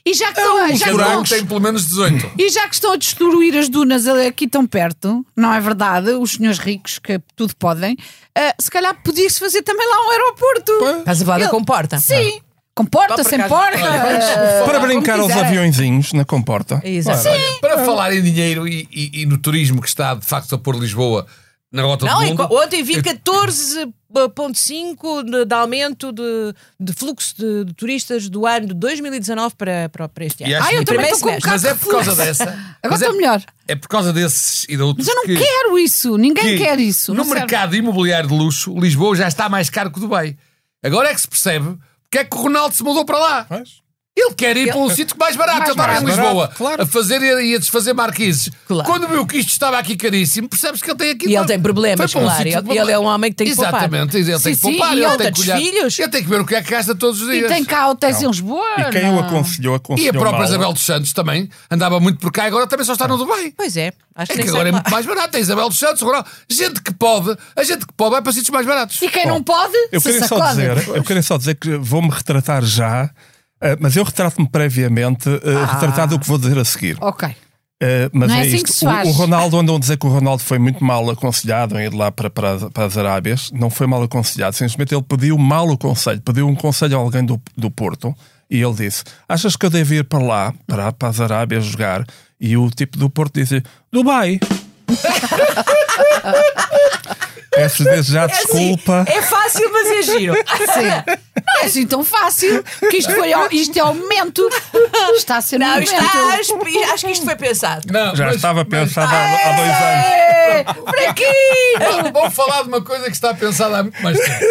E já que, estão, já que
Cada
estão-
um tem pelo menos 18.
E já que estão a destruir as dunas aqui tão perto, não é verdade? Os senhores ricos que tudo podem, ah, se calhar podia-se fazer também lá um aeroporto.
Estás a falar da
Eu-
comporta?
Sim, com porta,
Ah. Vá para
sem
casa.
porta. ah,
Para
como
brincar aos
quiserem.
aviõezinhos na comporta.
Ah.
Exato.
Ora,
Para falar em dinheiro e, e- e no turismo que está de facto a pôr Lisboa na rota
Não,
do
e
mundo.
co- ontem vi 14,5 de, de aumento de, de fluxo de, de turistas do ano de 2019 para, para, para este ano.
E acho
Ah, eu
muito
também
bem.
estou com um bocado
Mas é
de
por causa
refluxo.
dessa.
Agora
mas é-
estou melhor.
É por causa desses e de outros.
Mas eu não
que-
quero isso,
que
ninguém quer isso.
No
não serve.
mercado imobiliário de luxo, Lisboa já está mais caro que Dubai. Agora é que se percebe porque é que o Ronaldo se mudou para lá.
pois.
Ele quer ir para um sítio mais barato.
Mais
Ele estava em
barato,
Lisboa
claro.
a fazer e a desfazer marquises.
Claro.
Quando viu que isto estava aqui caríssimo, percebes que ele tem aqui.
E ele
uma-
tem problemas,
Foi para um
claro,
sítio
ele-
de uma-
ele é um homem que tem que poupar.
Exatamente, ele tem que
Sim, sim,
poupar,
e
ele
ele
tem que
tem
olhar.
filhos.
Ele tem que ver o que é que gasta todos os
E
dias.
tem cá hotéis em Lisboa.
E quem o
Ah, não.
aconselhou, aconselhou
E a própria
mal.
Isabel dos Santos também andava muito por cá, agora também só está no Dubai.
Pois é, acho
É
que,
que
nem
agora é
sabe lá.
muito mais barato. Tem Isabel dos Santos, Ronaldo. Gente que pode, a gente que pode vai para sítios mais baratos.
E quem não pode,
Eu
se
queria,
sacode.
só dizer, eu queria só dizer que vou-me retratar já, eh, mas eu retrato-me previamente, eh,
Ah.
retratado o que vou dizer a seguir.
Ok.
Uh, mas
Não é
é,
assim
isto.
que se
O-
faz.
O, Ronaldo andam a dizer que o Ronaldo foi muito mal aconselhado em ir lá para, para, para as Arábias. Não foi mal aconselhado, simplesmente ele pediu mal o conselho, pediu um conselho a alguém do, do Porto e ele disse: Achas que eu devo ir para lá, para, para as Arábias jogar? E o tipo do Porto disse: Dubai. Peço desde já desculpa.
É fácil, mas é giro.
Sim. Não é assim tão fácil que isto, foi ao- isto é o momento. Está a ser o
Não,
momento.
isto-
é
acho, acho que isto foi pensado.
Não,
Já
mas-
estava
assim. mas-
pensado há, há dois anos.
É, fraquinho!
Vamos- Vamos falar de uma coisa que está pensada há muito mais tempo.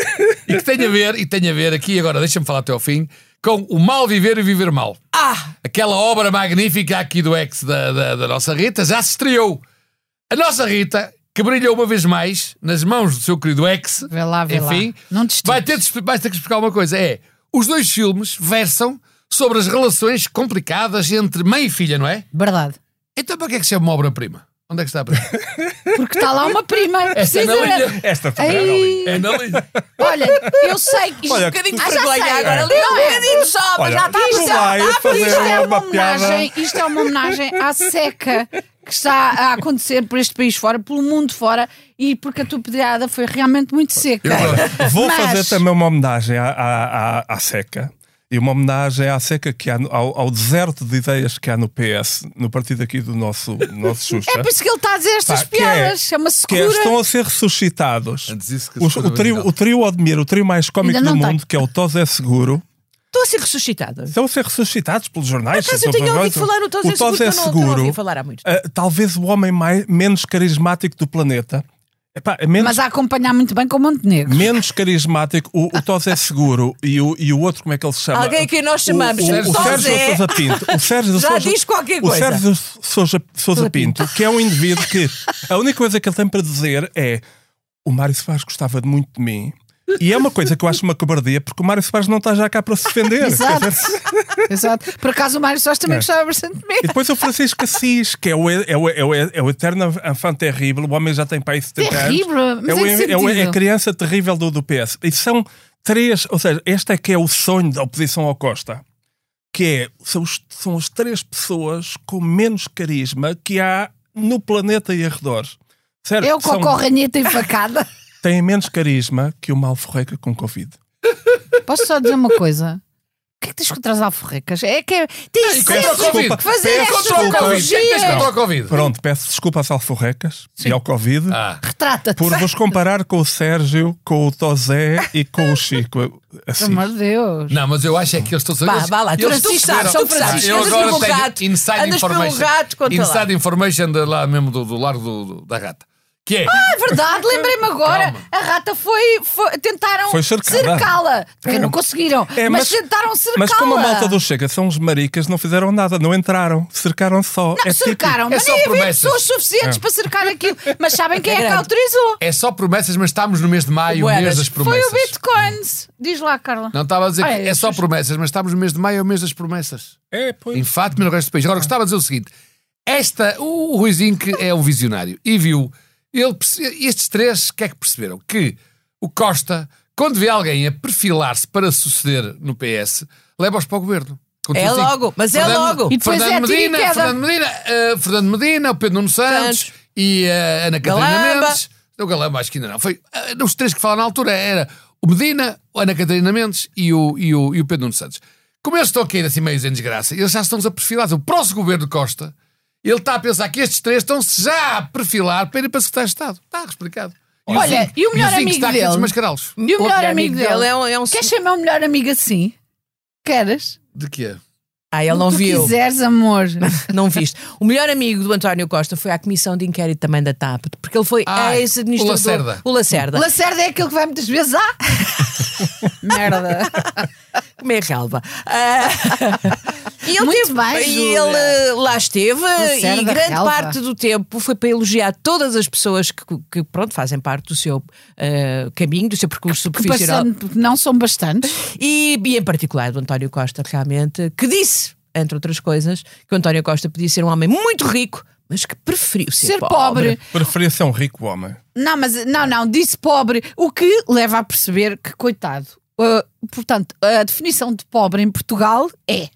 E que tem a ver, e tem a ver aqui agora, deixa-me falar até ao fim, com o mal viver e viver mal.
Ah,
Aquela obra magnífica aqui do ex da, da, da nossa Rita já se estreou. A nossa Rita, que brilhou uma vez mais nas mãos do seu querido ex,
Vê lá, vê lá.
enfim,
Não te
vai, ter de, expli- vai ter que explicar uma coisa: é os dois filmes versam sobre as relações complicadas entre mãe e filha, não é?
Verdade.
Então para que é que se chama uma obra-prima? Onde é que está a prima?
Porque está lá uma prima.
Essa é na linha.
Esta foi a
Ei,
É na linha.
olha, eu sei que isto
Olha,
um bocadinho de
Ah, já
vergonha
sei.
agora.
É.
Ali um
Não é.
bocadinho só, mas
Olha,
já está
isto
a
vai
Ah,
fazer-
isto
isto
é-
é uma
uma piada.
homenagem, isto é uma homenagem à seca que está a acontecer por este país fora, pelo mundo fora, e porque a tua pedrada foi realmente muito seca.
Vou
Mas-
fazer também uma homenagem à, à, à- à seca. E uma homenagem à seca que há no- ao, ao deserto de ideias que há no PS, no partido aqui do nosso, do nosso Xuxa.
É por isso que ele está a dizer estas
Pá, que é-
piadas. É, uma
que é,
secura.
estão a ser ressuscitados.
Antes disso que
Os-
se
o, trio,
fosse
o trio Odmir, o trio mais cómico
Ainda
do
não tá.
mundo, que é o Toz é Seguro,
Estou a ser ressuscitada.
estão a ser ressuscitados pelos jornais.
Por acaso eu
pelas
tinha ouvido
vozes.
falar no Toz é
O Toz
Seguro,
é
que eu não- que eu não
Seguro,
ouvia falar há muito
ah, talvez o homem mais, menos carismático do planeta. Epá, é menos
Mas a acompanhar muito bem com o Montenegro.
menos carismático, o, o Tozé Seguro e o, e o outro, como é que ele se chama?
Alguém que nós chamamos
o, o, o
Tozé.
Sérgio Sousa Pinto. O Sérgio
Já
Sousa-
diz qualquer
O
coisa.
Sérgio Sousa, Sousa Pinto, que é um indivíduo que a única coisa que ele tem para dizer é o Mário Soares gostava de muito de mim. E é uma coisa que eu acho uma cobardia, porque o Mário Soares não está já cá para se defender.
Exato. Exato. Por acaso o Mário Soares também gostava bastante de mim. É
E depois o Francisco Assis, que é o, é o, é o, é o eterno enfant terrível, o homem já tem pai 70
Terrível?
anos.
Mas
é, o-
em que
é o- é
sentido?
a criança terrível do, do PS. E são três, ou seja, este é que é o sonho da oposição ao Costa. Que é, são, os- são as três pessoas com menos carisma que há no planeta e arredores. Sério,
Eu com
são-
a corranheta e facada.
têm menos carisma que o Malforreca com Covid.
Posso só dizer uma coisa? O que é que tens contra as alforrecas? É que é. Tens
E contra o
sempre
Covid.
que fazer
Peço
estas
Contra o
desculpa.
Covid. Quem tens
apologias.
contra o Covid?
Pronto, peço desculpa às Alforrecas e ao Covid.
Ah.
Retrata-te.
Por vos comparar com o Sérgio, com o Tozé e com o Chico.
Pelo
Assim,
amor de Deus.
Não, mas eu acho é que eles estão a
Vá, vá lá, tu- tu sabes, são Francisco,
Eu
andas
agora
pelo
tenho
gato,
inside
andas pelo
information.
gato, conta lá.
Inside information de lá mesmo do, do largo do, do- da rata. Que é.
Ah, é verdade, lembrei-me agora. A rata foi. foi- tentaram
Foi cercada.
cercá-la. Porque não conseguiram.
É,
mas, tentaram cercá-la.
Mas como a malta do Chega são os maricas, não fizeram nada, não entraram, cercaram só.
Não,
é típico.
cercaram,
é
mas
só
nem havia
promessas.
pessoas suficientes para cercar aquilo. Mas sabem quem é, que
grande.
autorizou?
É só promessas, mas estamos no mês de maio, o
Buenas.
mês das
Foi
promessas.
o Bitcoins. Diz lá, Carla.
Não estava a dizer
Ai,
que é só
Jesus.
promessas, mas estamos no mês de maio, é o mês das promessas.
É,
Em
pois.
Fátima e no resto do país.
É.
Agora, gostava de dizer o seguinte: esta, o Ruizinho que é um visionário e viu, ele, perce- estes três, o que é que perceberam? Que o Costa, quando vê alguém a perfilar-se para suceder no PS, leva-os para o governo. Contudo,
É
assim,
logo, mas é logo.
E depois é
Fernando
tiro e
Medina,
queda.
Fernando Medina, eh, Fernando Medina, o Pedro Nuno Santos,
Santos.
e a Ana Catarina
Galamba.
Mendes. O Galamba acho que ainda não. Foi, ah, os três que falaram na altura era o Medina, a Ana Catarina Mendes e o, e o, e o Pedro Nuno Santos. Como eles estão a cair assim meio em desgraça, eles já estão a perfilar. O próximo governo de Costa, ele está a pensar que estes três estão-se já a perfilar para ir para secretário de Estado. Está explicado. o
Olha,
Zinco-
e o melhor
Zinco
amigo
está aqui
dele?
a desmascará-los.
E o melhor amigo dele
é um. É um...
Queres chamar o melhor amigo assim? Queres?
De quê?
Ah, ele não
Tu
viu.
quiseres, amor.
Não viste. O melhor amigo do António Costa foi à comissão de inquérito também da TAP, porque ele foi
Ai,
ex-administrador.
o Lacerda.
O Lacerda.
Lacerda é aquele que vai muitas vezes à. Merda.
comer relva. é, Ah, e ele,
Muito
teve-
bem,
e
Júlia.
ele eh, lá esteve
Lacerda
e grande
relva.
parte do tempo foi para elogiar todas as pessoas que, que, pronto, fazem parte do seu ah, caminho, do seu percurso
Que
profissional.
passando, porque não são bastantes.
E, e em particular do António Costa, realmente, que disse, entre outras coisas, que o António Costa podia ser um homem muito rico, mas que preferiu ser,
Ser pobre.
Preferia ser um rico homem.
Não, mas não, não, disse pobre, o que leva a perceber que, coitado, uh, portanto, a definição de pobre em Portugal é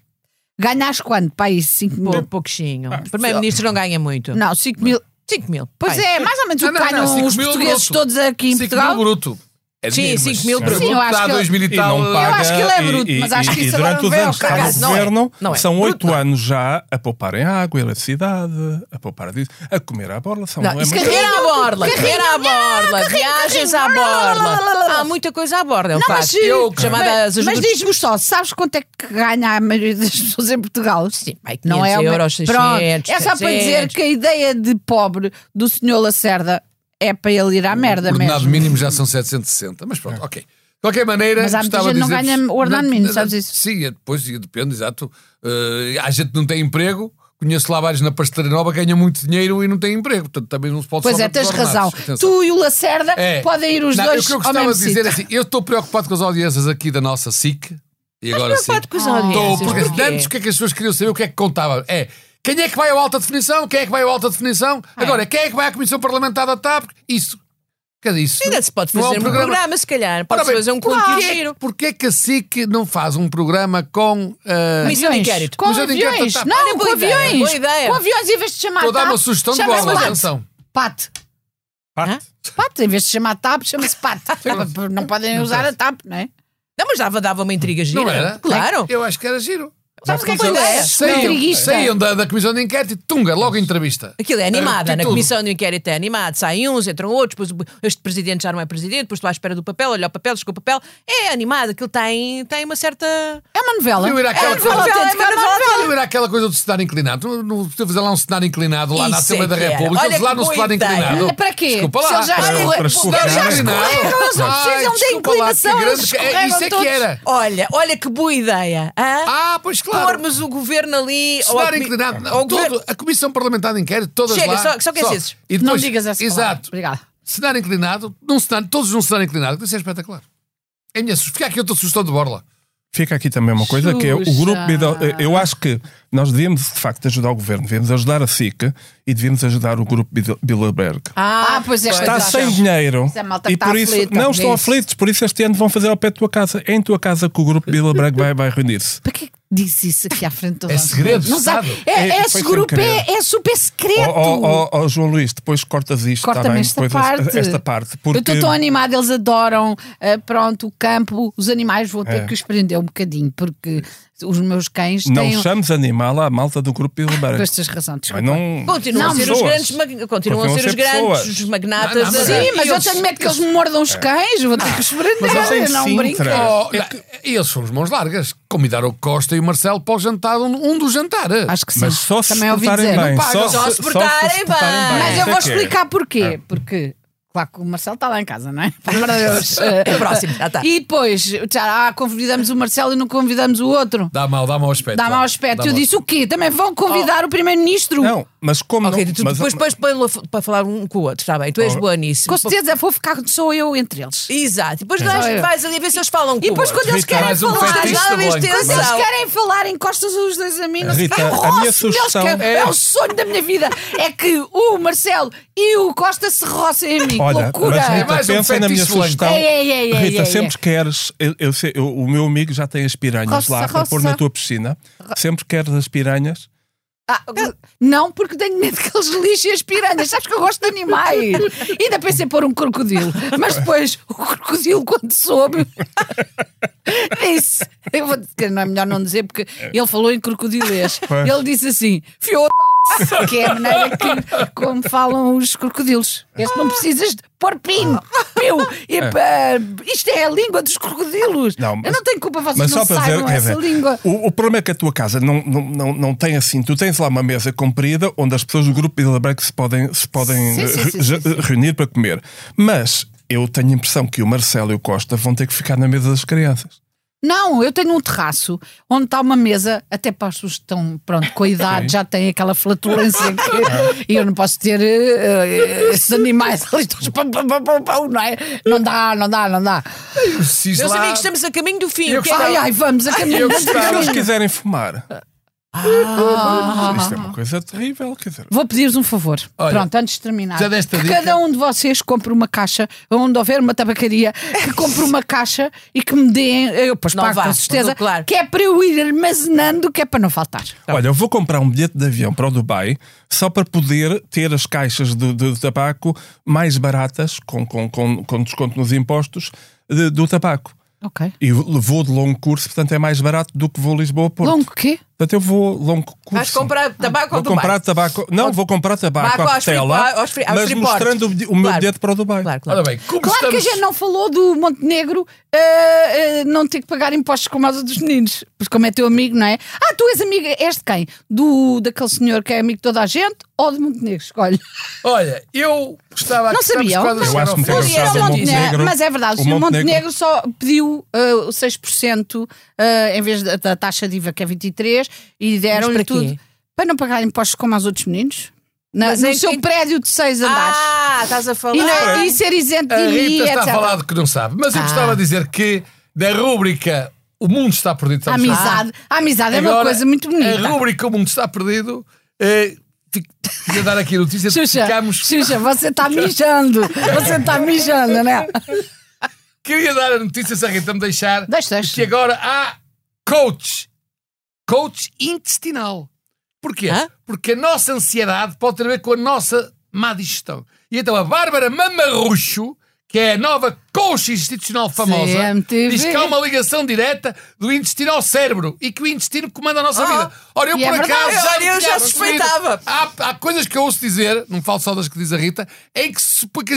ganhas quanto? Pai, 5
Pou-
mil.
pouquinho.
Ah,
O Primeiro-ministro não ganha muito.
Não, 5 mil.
5 mil.
Pois
Ai.
é, mais ou menos o
Não,
que
Ah, não, não,
ganham
5
os
mil
portugueses
bruto.
todos aqui em
5 mil
Portugal.
bruto. É
Sim,
dinheiro, mas-
5 mil bruto.
Sim, eu acho
Está a
que-
2000 e
E
tal.
não
eh,
paga.
acho que ele é bruto, mas acho que
e
isso agora
durante
não
os
vem ao
anos que está
caso.
no
Não é,
governo,
não é.
são
Bruto
oito
não é.
anos já a poupar em água, eletricidade, a poupar disso, a comer à borla. São
Não,
é
isso
muito-
carreira à borla, carreira à borla, viagens à borla. Há muita coisa à borda, é um
Não, mas,
facto. Eu,
mas,
chamadas
mas diz-me só, sabes quanto é que ganha a maioria das pessoas em Portugal? Sim,
pai, 500
não é uma-
euros, 600,
Pronto, é só para
700.
dizer que a ideia de pobre do senhor Lacerda é para ele ir à merda
O ordenado
mesmo.
mínimo já são 760, mas pronto, ok. De qualquer maneira,
É. Mas há muita
gostava
gente
de
que não
dizer-vos-
ganha o ordenado
Não,
mínimo,
não,
sabes isso?
Sim, depois depende, exato. Eh, há gente que não tem emprego, conheço lá vários na pasteleira nova, ganham muito dinheiro e não têm emprego, portanto também não se pode
Pois
salvar
é, tens
pelos
razão.
ordenados. Atenção.
Tu e o Lacerda
É.
podem ir os
Não,
dois
O que eu
ao
gostava
mesmo
de dizer é
sítio.
assim, eu estou preocupado com as audiências aqui da nossa SIC, e agora sim.
com as
Estou,
audiências.
porque
porquê?
antes o que é que as pessoas queriam saber, o que é que contava? É quem é que vai ao alta definição, quem é que vai ao alta definição, agora quem é que vai à Comissão Parlamentar da TAP, isso. Quer dizer, isso.
Ainda se pode
não é
fazer um programa, se calhar.
Ora
Pode-se
bem, é
fazer um
porquê-
conteúdo giro.
Porquê que a SIC não faz um programa com. ah,
Comissão de inquérito.
Com
Mas eu digo que
aviões.
tá-
Não,
Olha,
com
boa ideia,
aviões.
boa ideia.
Com aviões, em vez de chamar
Estou a dar uma
TAP,
sugestão de
chama-se
bola,
Pat.
atenção.
Pat.
Parte.
Pat, em vez de chamar TAP, chama-se Pat. não podem usar a TAP, não é?
Não, mas dava, dava uma intriga gira.
Não era?
Claro.
Eu acho que era giro.
Sabes o que é que
Pois é.
é?
Saiam,
Intriguista.
saiam da, da comissão de inquérito e tunga, logo entrevista.
Aquilo é animado,
Tem
na
tudo.
comissão do inquérito é animado, saem uns, entram outros, depois este presidente já não é presidente, depois estou à espera do papel, olha o papel, chegou o papel. É animado, aquilo tem, tem uma certa.
É uma novela.
Eu ir àquela
É
coisa-
novela,
Eu
é novela.
Eu era aquela coisa do cenário inclinado. Não- Não podia fazer lá um cenário inclinado lá na
Isso
Assembleia da
é que era.
República.
Olha
Eles lá
que
no
boa
cenário
ideia.
inclinado.
É para quê?
Desculpa
Se
lá.
eles já
Para-
escorre-
para
eles
escorregar.
já
escorregam, eles não
Ai,
precisam da
é Ah, desculpa lá, que
inclinação,
grande-
eles
é, Isso é
escorregam
que era.
Olha, olha que boa ideia. hã?
Ah, pois claro.
Pormos o governo ali.
Se
ou a
dar
comi-
inclinado.
ao
Não,
governo-
todo- a Comissão Parlamentar de Inquérito, todas
Chega,
lá.
só- só que é esses.
E
Não
depois-
digas essa palavra.
Exato.
Obrigada.
Cenário inclinado, num cenário, todos num cenário inclinado. Isso é espetacular. É a minha sugestão. Fica aqui outra sugestão de borla.
Fica aqui também uma coisa que é o grupo. de ido- Eu acho que nós devíamos, de facto, ajudar o governo, devíamos ajudar a SIC e devíamos ajudar o grupo Bil- Bilderberg.
Ah, pois é.
Está
pois é.
sem dinheiro.
Isso é malta que
E
está
por isso,
aflita
não
com
estão
isso.
aflitos, por isso este ano vão fazer ao pé da tua casa. É em tua casa que o grupo Bilderberg vai, vai reunir-se.
Para que é que disse isso aqui à frente de toda
É
a gente?
segredo,
Não sabe.
sabe?
É,
É,
é
foi
esse
sem
grupo
querer.
é, é super secreto.
Ó ó, ó, ó, João Luís, depois cortas isto, está
Corta-me
bem?
esta,
Depois
parte.
esta parte. Porque
Eu estou tão animada, eles adoram. ah, pronto, o campo, os animais, vou ter
É.
que os prender um bocadinho, porque os meus cães
não
têm. um
chames animal à malta do grupo Bilderberg.
Pois tens razão, desculpa.
Mas não-
Continuam a
são
ser os
pessoas.
grandes, mag- continuam a
Continuam
ser os
pessoas.
grandes, os magnatas. a-
Não, não, mas
Sim,
é.
mas eu
Eles-
tenho medo que eles me mordam os cães, vou ter que os prender.
É. Mas eles em
não
É,
Sintra.
brinco.
Oh, não, eles são os mãos largas. Convidaram o Costa e o o Marcelo para o jantar, um, um dos jantares.
Acho que sim.
Mas só se
Também ouvi
portarem
dizer.
bem.
Não pagam,
só se portarem bem.
Mas eu
Isso
vou
é que é.
explicar porquê. Porque, claro que o Marcelo está lá em casa, não é? Pelo amor de Deus.
É próximo,
tá.
já está.
E depois, já, ah, convidamos o Marcelo e não convidamos o outro.
Dá mal, dá mau aspecto.
Dá
vá.
mau aspecto.
Dá
Eu
mau
disse o quê? Também vão convidar o primeiro-ministro.
Oh. Não, mas como
Ok,
não...
tu
mas-
depois pões para, para falar um com o outro, está bem? Tu és
Oh.
boa nisso.
Com certeza vou ficar só eu entre eles.
Exato. E depois vais, vais ali ver se eles falam com
E depois
o outro.
quando eles
Rita,
querem
mais um
falar,
fetiche
quando
da
Blanca.
eles
eles
querem-
querem falar, encostas os dois a mim, não sei
Rita,
quem
a
roça,
minha sugestão-
eles querem- é. o sonho da minha vida é que o Marcelo e o Costa se rocem a mim. Que
Olha,
loucura! É,
mas Rita,
mais um
pensa na minha
fetiche blanco.
sugestão.
Ei, ei, ei, ei,
Rita,
ei,
sempre
ei.
queres. Eu, eu sei- eu- o meu amigo já tem as piranhas
é. Roça,
lá para pôr na
roça.
tua piscina. Sempre queres as piranhas.
Ah, não, porque tenho medo que eles lixem as piranhas. Sabes que eu gosto de animais. Ainda pensei em pôr um crocodilo, mas depois o crocodilo, quando soube, disse: eu vou, dizer- não é melhor não dizer, porque ele falou em crocodilês.
Pois.
Ele disse assim: fiou que é a maneira que, como falam os crocodilos. Este não precisas de pôr pino, piu. E, pá, isto é a língua dos crocodilos.
É. Não, mas-
eu não tenho culpa, vocês
Mas
não
só para dizer,
saibam
quer
essa
dizer,
língua.
O, o problema é que a tua casa não, não, não, não tem assim. Tu tens lá uma mesa comprida onde as pessoas do grupo Vila Branca se podem, se podem
Sim, sim,
re-
sim, sim,
re- reunir para comer. Mas eu tenho a impressão que o Marcelo e o Costa vão ter que ficar na mesa das crianças.
Não, eu tenho um terraço onde está uma mesa, até para as pessoas que estão pronto, com a idade, já têm aquela flatulência
Ah.
que- e eu não posso ter eh, eh, esses animais ali todos pão, pão, pão, pão, pão, não é? Não dá, não dá, não dá.
Preciso
Meus
lá-
amigos, estamos a caminho do fim.
Eu
O que é que-
Ai, ai, vamos a caminho.
Eu
Se eles
Ah.
gostava.
quiserem fumar. Isto é uma coisa terrível. Quer dizer,
Vou pedir-vos um favor.
Olha,
Pronto, antes de terminar.
já desta
que
dica?
cada um de vocês compre uma caixa, onde houver uma tabacaria, que compre uma caixa e que me deem, eu pois
Não
pago
vá,
com certeza,
claro.
que é para eu ir armazenando, que é para não faltar.
Tá
Olha, eu vou comprar um bilhete de avião para o Dubai só para poder ter as caixas de, de tabaco mais baratas, com, com, com, com desconto nos impostos, de- do tabaco.
Ok.
E vou de longo curso, portanto é mais barato do que vou a Lisboa a Porto.
Longo quê?
Portanto eu vou longo curso.
Vais comprar tabaco
Vou
ao Dubai.
comprar tabaco. Não, vou comprar tabaco
Tabaco
à
aos free-
tela,
aos free- aos
mas
freeport.
mostrando o, bilhe- o meu
Claro.
bilhete para o Dubai.
Claro, claro.
Ora bem, como
Claro que a
estamos-
gente não falou do Montenegro ah, ah, não ter que pagar impostos como os dos meninos. Porque como é teu amigo, não é? Ah, tu és amiga, és de quem? Do, daquele senhor que é amigo de toda a gente ou de Montenegro? Escolhe.
Olha, eu gostava
Não
que estamos
sabia,
quase a
não.
Eu
chegar
acho
Mas era o
ao fim.
muito engraçado o Montenegro.
Não, Mas é verdade, o
o
senhor Montenegro só pediu ah, o 6% ah, em vez da, da taxa diva que é 23% e deram-lhe
para quê?
tudo. Para não pagar impostos como aos outros meninos? Na-
Mas
no
em-
seu
em-
prédio de seis andares.
Ah, estás a falar.
e, não- e ser isento
A
de
Rita
IMI,
está
etc.
a falar do que não sabe, mas eu
Ah.
gostava de dizer que da rúbrica O Mundo Está Perdido,
A
sabes?
amizade, a amizade é uma
Agora,
coisa muito bonita.
A rúbrica O Mundo Está Perdido, eh, fi- queria dar aqui a notícia de que
Xuxa,
ficamos.
Xuxa, você está mijando. Você está mijando, né?
Queria dar a notícia, se a Rita me deixar, que
Deixa, deixa.
agora há coach. Coach intestinal. Porquê?
Hã?
Porque a nossa ansiedade pode ter a ver com a nossa má digestão. E então a Bárbara Mamarrucho, que é a nova coach intestinal famosa,
CMTV.
diz que há uma ligação direta do intestino ao cérebro e que o intestino comanda a nossa vida. Ora, eu
e é
por
verdade.
acaso já,
Olha, eu
tinha
já
percebido.
suspeitava.
Há, há coisas que eu ouço dizer, não falo só das que diz a Rita, em que su- porque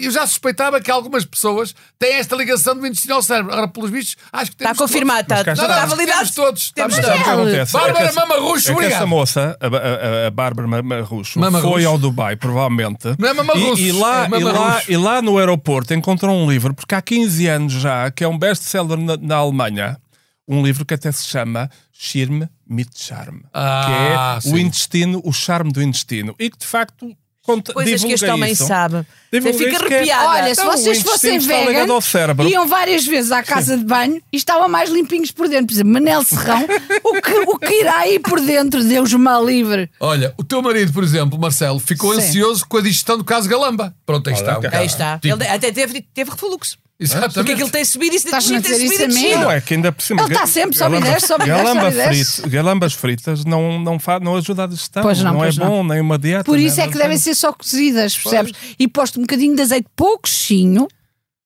eu já suspeitava que algumas pessoas têm esta ligação do intestino ao cérebro. Agora, pelos bichos, acho que temos
Está confirmado, está, está,
cá está.
Não, não,
validado.
temos todos,
Temos
temos
Sabe o que
todos.
acontece?
Bárbara
É que essa-
Mamarrucho,
é que
obrigado.
Essa moça, a, a- a- a Bárbara Mamarrucho,
Mamarrucho.
foi ao Dubai, provavelmente.
Não é Mamarrucho,
E, e lá,
é
e, lá,
Mamarrucho.
e lá no aeroporto encontrou um livro, porque há 15 anos já, que é um best-seller na, na Alemanha. Um livro que até se chama Schirm mit Charme.
Ah,
que é o
sim.
intestino, o charme do intestino. E que, de facto, conta,
Coisas que
divulga
este homem
isso.
sabe.
Divulga
Você fica
isso que é-
arrepiada.
Olha,
Então,
se
o
vocês
intestino
fossem
está
vegan,
ligado ao cérebro.
iam várias vezes à casa de banho e estavam mais limpinhos por dentro. Por exemplo, Manel Serrão, o que, o que irá aí por dentro? Deus me livre.
Olha, o teu marido, por exemplo, Marcelo, ficou
Sim.
ansioso com a digestão do caso Galamba. Pronto, aí
Olha,
está. um
cá.
cara.
Aí está.
Tipo,
Ele até teve, teve refluxo. Porque
Exatamente.
aquilo tem subido e se
Estás-me a
tem
dizer
subido e
isso a mim?
descido.
Não é que ainda por cima.
Ele está sempre, sobe e
galamba-
desce, sobe e desce,
galamba
sobe e desce.
frito- Galambas fritas não, não, fa, não ajuda a digestão.
Pois não,
não
pois
é
não.
bom, nem uma dieta.
Por
nem
isso é
nada assim.
que devem
disso.
ser só cozidas, percebes? E posto um bocadinho de azeite, pouquinho.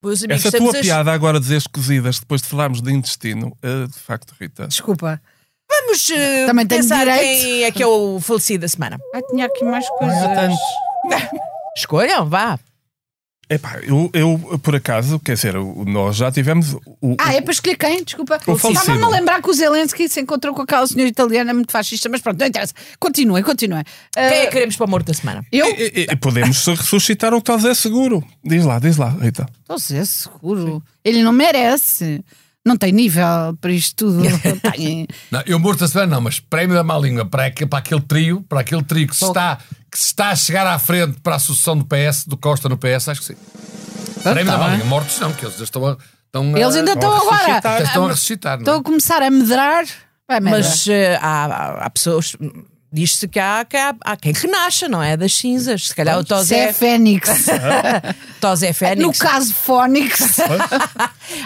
Meus amigos,
é
Essa
estamos
tua
a-
piada agora de dizeres cozidas depois de falarmos de intestino, eh, de facto, Rita.
Desculpa.
Vamos eh,
Também tenho
pensar
direito.
quem é que é o falecido da semana.
Ah, tinha aqui mais coisas.
Tanto.
Escolham, vá.
Epá, eu, eu, por acaso, quer dizer, o- nós já tivemos. O,
Ah, é para escolher quem? Desculpa.
O falecido.
Estava-me a lembrar que o Zelensky se encontrou com aquela senhora italiana muito fascista, mas pronto, não interessa. Continuem, continuem. Ah,
Quem é que queremos para o morto da semana?
Eu?
E- e- e podemos ressuscitar o tal Zé Seguro. Diz lá, diz lá, Rita.
Então, Zé Seguro. Ele não merece. Não tem nível para isto tudo. Tem.
Não, eu morto a semana não, mas prémio da má língua para, aque- para aquele trio, para aquele trio que se, está, que se está a chegar à frente para a sucessão do PS, do Costa no PS, acho que sim. prémio da má língua, mortos não, que eles ainda estão a. Estão a-
Então tá Eles ainda estão
a
Então agora.
ressuscitar.
Até estão a
a-
ressuscitar, não
Estão
é?
a começar a medrar. Vai, medra.
Mas eh, há, há- há pessoas. Diz-se que há, que há- há quem renasça, não é? Das cinzas. Se calhar o
Zé
Tozé,
é Fénix.
Tozé
No
Fénix.
caso, Fónix.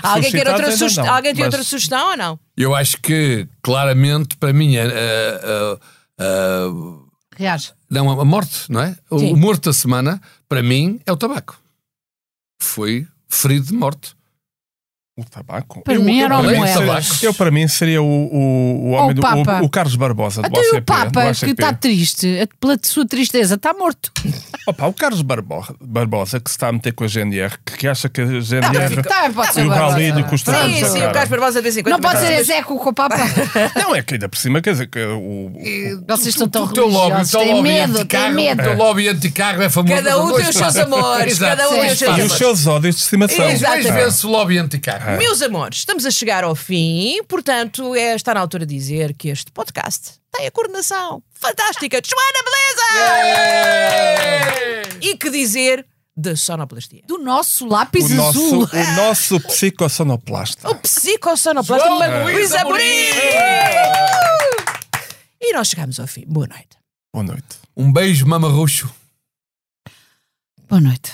Alguém, quer outra
Suscitadas ainda
sugestão?
não,
Alguém tem
mas-
outra sugestão ou não?
Eu acho que, claramente, para mim, é, é, é, é,
Reage.
não, a morte, não é? O,
Sim.
o morto da semana, para mim, é o tabaco. Foi ferido de morte.
O tabaco.
Para mim era
o
para mim
Moedas.
seria- Eu, para mim, seria o, o, o homem do.
Ou o Papa.
O, o Carlos Barbosa do
Até
ACP.
o Papa,
do
que tá
ACP.
está triste, pela sua tristeza, está morto.
Opa, o Carlos Barbo- Barbosa, que se está a meter com a GNR, que, que acha que a GNR.
Tá, pode ser
E o
Barbosa.
Valdívio custa- Claro,
sim, sim,
claro.
o Carlos Barbosa de vez em quando.
Não pode
também
ser
faz.
Ezeco com o Papa.
Não, é que ainda por cima, quer dizer, que o. o-
Vocês estão tão
o teu lobby, o
religiosos.
teu
Têm
lobby é
medo, têm
anticarro, o
medo.
teu lobby anticarro é famoso.
Cada um tem os seus amores,
Exato.
cada um tem os
Ah,
seus
E
amores.
os seus ódios de estimação.
Exato.
Depois
Exatamente.
vê-se o lobby
assim.
anticarro.
Meus amores, estamos a chegar ao fim, portanto, é, está na altura de dizer que este podcast tem a coordenação fantástica de Joana Beleza! E que dizer da sonoplastia.
Do nosso lápis
O nosso,
é azul.
o nosso psicossonoplasta.
O psicosonoplasta
João
Maria Luísa
Luísa
Amorim!
Amorim!
E nós chegamos ao fim. Boa noite.
Boa noite.
Um beijo mamarrucho.
Boa noite.